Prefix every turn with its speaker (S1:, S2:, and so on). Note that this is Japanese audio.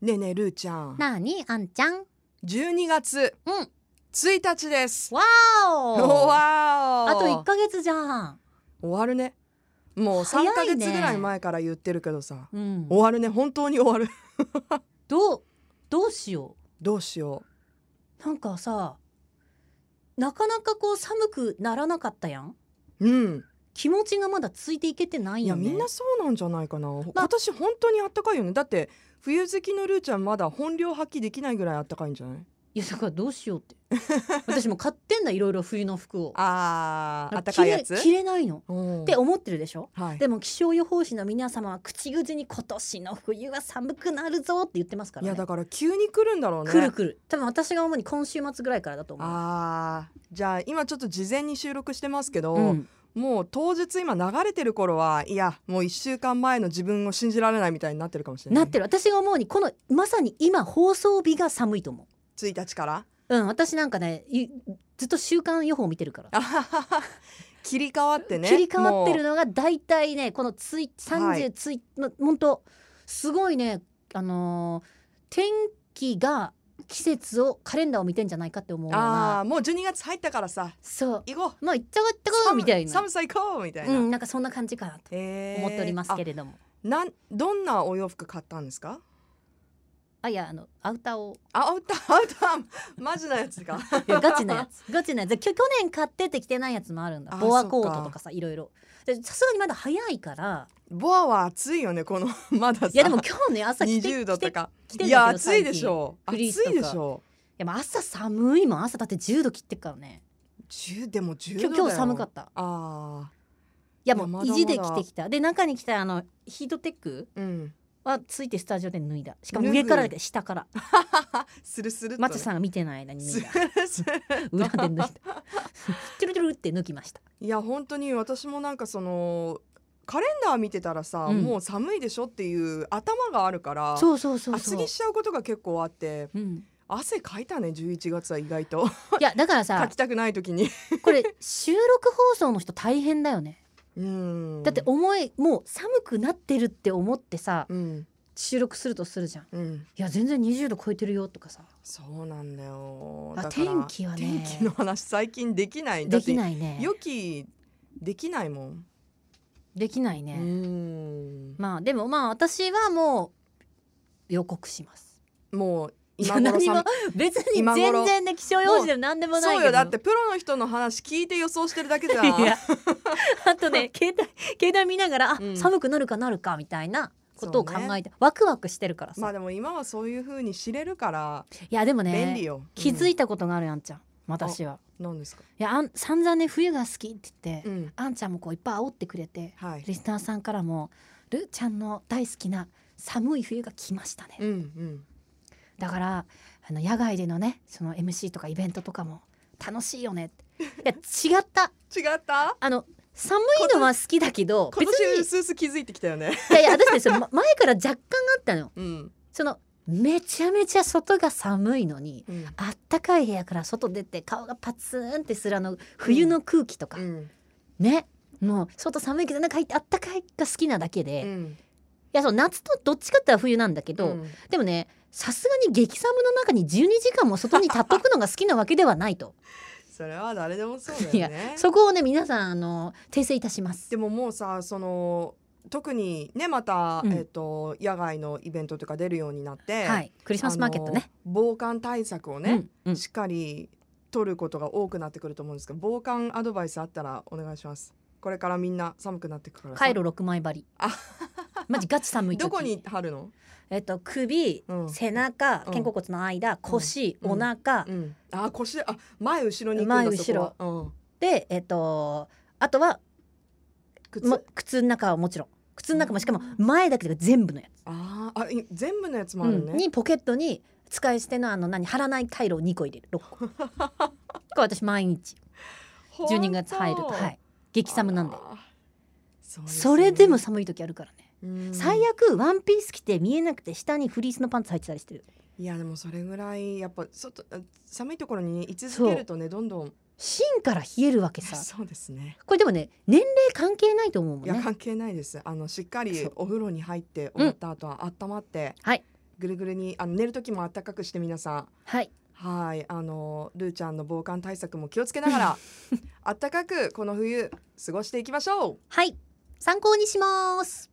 S1: ねえねえルーちゃん
S2: なあにあんちゃん
S1: 12月
S2: うん
S1: 1日です
S2: わ
S1: お
S2: お
S1: わお
S2: あと1ヶ月じゃん
S1: 終わるねもう
S2: 早い
S1: 3
S2: ね
S1: ヶ月ぐらい前から言ってるけどさ、
S2: うん
S1: 終わるね本当に終わる
S2: どうどうしよ
S1: どうしよ
S2: うなんかさなかなかこう寒くならなかったやん
S1: ううん
S2: 気持ちがまだついていけてない
S1: いや
S2: よね
S1: みんなそうなんじゃないかな、今年本当にあったかいよねだって冬好きのルーちゃんまだ本領発揮できないぐらいあったかいんじゃない
S2: いやだからどうしようって 私も買ってんだいろいろ冬の服を
S1: ああ
S2: なん
S1: ったかいやつ
S2: 着れ着れないの
S1: うん
S2: って思ってるでしょ
S1: はい、
S2: でも気象予報士の皆様は口々に今年の冬は寒くなるぞって言ってますか
S1: い
S2: ら、ね、
S1: やだから急に来るんだろうね
S2: くるくる多分私が主に今週末ぐらいからだと思う
S1: あーじゃあ今ちょっと事前に収録してますけど、
S2: うん、
S1: もう当日今流れてる頃はいやもう1週間前の自分を信じられないみたいになってるかもしれない
S2: なってる私が思うにこのまさに今放送日が寒いと思
S1: 1日から
S2: ううん私なんかねいずっと週間予報見てるから、
S1: あははは切り替わってね
S2: 切り替わってる
S1: も
S2: のが大体ねこのつい
S1: はい
S2: 30つい、ま、ほんとすごいねあのー天気が季節をカレンダーを見てんじゃないかって思う
S1: う
S2: よう
S1: あ
S2: な
S1: あーもう12月入ったからさ
S2: そう
S1: 行こう
S2: もう行っちゃこう行っちゃこうみたいな
S1: 寒寒さ行こうみたいな、
S2: うん、なんかそんな感じかなと
S1: へー
S2: 思っておりますけれども。
S1: あなんどんなお洋服買ったんですか
S2: あいやあのアウターを
S1: あアウターアウターマジなやつか
S2: いやガチなやつ ガチなやつきょ去年買ってて着てないやつもあるんだ
S1: あ
S2: ボアコー
S1: そっ
S2: ト
S1: か
S2: とかさいろいろでさすがにまだ早いから
S1: ボアは暑いよねこの まださ
S2: いやでも今日ね朝着て
S1: 20度とか
S2: 着て着てんだけど
S1: いや暑いでしょう
S2: 最
S1: 暑い
S2: 近フリ
S1: で
S2: ースとか
S1: しょう
S2: 着ていやまあ朝寒いもん朝だって10度切ってっからね
S1: 10でも10度
S2: 今
S1: だ
S2: 日
S1: よ
S2: 今日寒かった
S1: あ
S2: いや
S1: いや
S2: も
S1: ま
S2: う
S1: だ
S2: 意
S1: まだ
S2: 地で着てきたで中に着たあのヒートテック
S1: ーうん
S2: はついてスタジオで脱いだしかも
S1: 脱ぐ
S2: 上からだけど下から
S1: スルスルっと、ね、
S2: 松さんが見てない間に脱
S1: ス
S2: いだ
S1: ルスル
S2: 裏で脱いだトゥルトゥルって脱ぎました
S1: いや本当に私もなんかそのカレンダー見てたらさ、
S2: うん
S1: もう寒いでしょっていう頭があるから
S2: そうそうそう
S1: 厚
S2: そう
S1: 着しちゃうことが結構あって
S2: うん、
S1: 汗かいたね11月は意外と
S2: いやだから さ
S1: かきたくない時に
S2: これ収録放送の人大変だよね
S1: うん
S2: だって思いもう寒くなってるって思ってさ
S1: うん
S2: 収録するとするじゃんい
S1: うん
S2: や全然20度超えてるよとかさ
S1: そうなんだよだ
S2: あ
S1: から
S2: 天気はね
S1: 天気の話最近できない
S2: でき
S1: い
S2: ないね
S1: 予期できないもん、
S2: できないうね、
S1: ん
S2: まあでもまあ私はもう予告します
S1: もう
S2: い
S1: 今頃
S2: や何
S1: さ
S2: も別に
S1: 今頃
S2: 全然ね気象用紙でも何でもないけど
S1: そうよだってプロの人の話聞いて予想してるだけじゃん
S2: いやあ とね携帯携帯見ながらあ、
S1: うん
S2: 寒くなるかなるかみたいなことを考
S1: そう
S2: えて、ワクワクしてるからさ、
S1: まあでも今はそういう風に知れるから
S2: いやでも
S1: 便利
S2: ね
S1: よ、
S2: 気づ
S1: い
S2: いたことがあるやんちゃん私は
S1: なんですか
S2: いやあん散々ね冬が好きって言って、
S1: うん
S2: あんちゃんもこういっぱい煽ってくれて
S1: はい
S2: リスナーさんからも「るーちゃんの大好きな寒い冬が来ましたね」
S1: うんうん
S2: だからあの野外でのねその MC とかイベントとかも楽しいよねっていや違った
S1: 違った
S2: あの寒いのは好きだけど
S1: 今
S2: 別
S1: 年う
S2: に
S1: すうす気づいてきたよね
S2: いやいや私ねそのま前から若干あったのよ
S1: うん、
S2: そのめちゃめちゃ外が寒いのに
S1: うん
S2: あったかい部屋から外出て顔がパツンってするあの冬の空気とか、
S1: うん
S2: ねもう外寒いけど中入ってあったかいが好きなだけで、
S1: う
S2: い
S1: ん
S2: やそう夏とどっちかっては冬なんだけど、
S1: うん
S2: でもねさすがに激寒の中に12時間も外に立っとくのが好きなわけではな いと
S1: それは誰でもそうだよ
S2: い
S1: ね
S2: そこをね皆さんあの訂正いたします
S1: でももうさその特にねまた、
S2: うん
S1: えっ、と野外のイベントとか出るようになって、
S2: はいクリスマスマーケットね
S1: あの防寒対策をね、
S2: うんうん
S1: しっかり取ることが多くなってくると思うんですけど防寒アドバイスあったらお願いしますこれからみんな寒くなってくるからさ
S2: カイロ6枚張り
S1: あ
S2: マジガチ寒い時
S1: どこに貼るの、
S2: えっと首、
S1: うん
S2: 背中
S1: うん
S2: 肩甲骨の間、腰、
S1: うん
S2: お腹、
S1: うん、あ腰あ前後ろに行くんだ
S2: 前後ろ
S1: そこは、うん、
S2: でえっとあとは
S1: 靴、
S2: も靴の中はもちろん靴の中もしかも
S1: う
S2: 前だけで全部のやつ、
S1: あーあい全部のやつもあるね、
S2: うんにポケットに使い捨てのあの何貼らないカイロを2個入れる6個 これ私毎日
S1: ほんと
S2: 12月入るとはい激寒なんで
S1: あらそうすね
S2: それでも寒い時あるからね、
S1: うん
S2: 最悪ワンピース着て見えなくて下にフリースのパンツ履いてたりしてる
S1: いやでもそれぐらいやっぱ外あ寒いところに居続けるとねどんどん
S2: 芯から冷えるわけさ
S1: そうですね
S2: これでもね年齢関係ないと思うもん
S1: いや
S2: ね
S1: 関係ないですあのしっかり
S2: そう
S1: お風呂に入って
S2: うん
S1: 終わった後は温まって、
S2: はい
S1: ぐるぐるにあの寝る時も暖かくして皆さん
S2: はい
S1: はいあのルーちゃんの防寒対策も気をつけなが ら暖かくこの冬過ごしていきましょう
S2: はい参考にします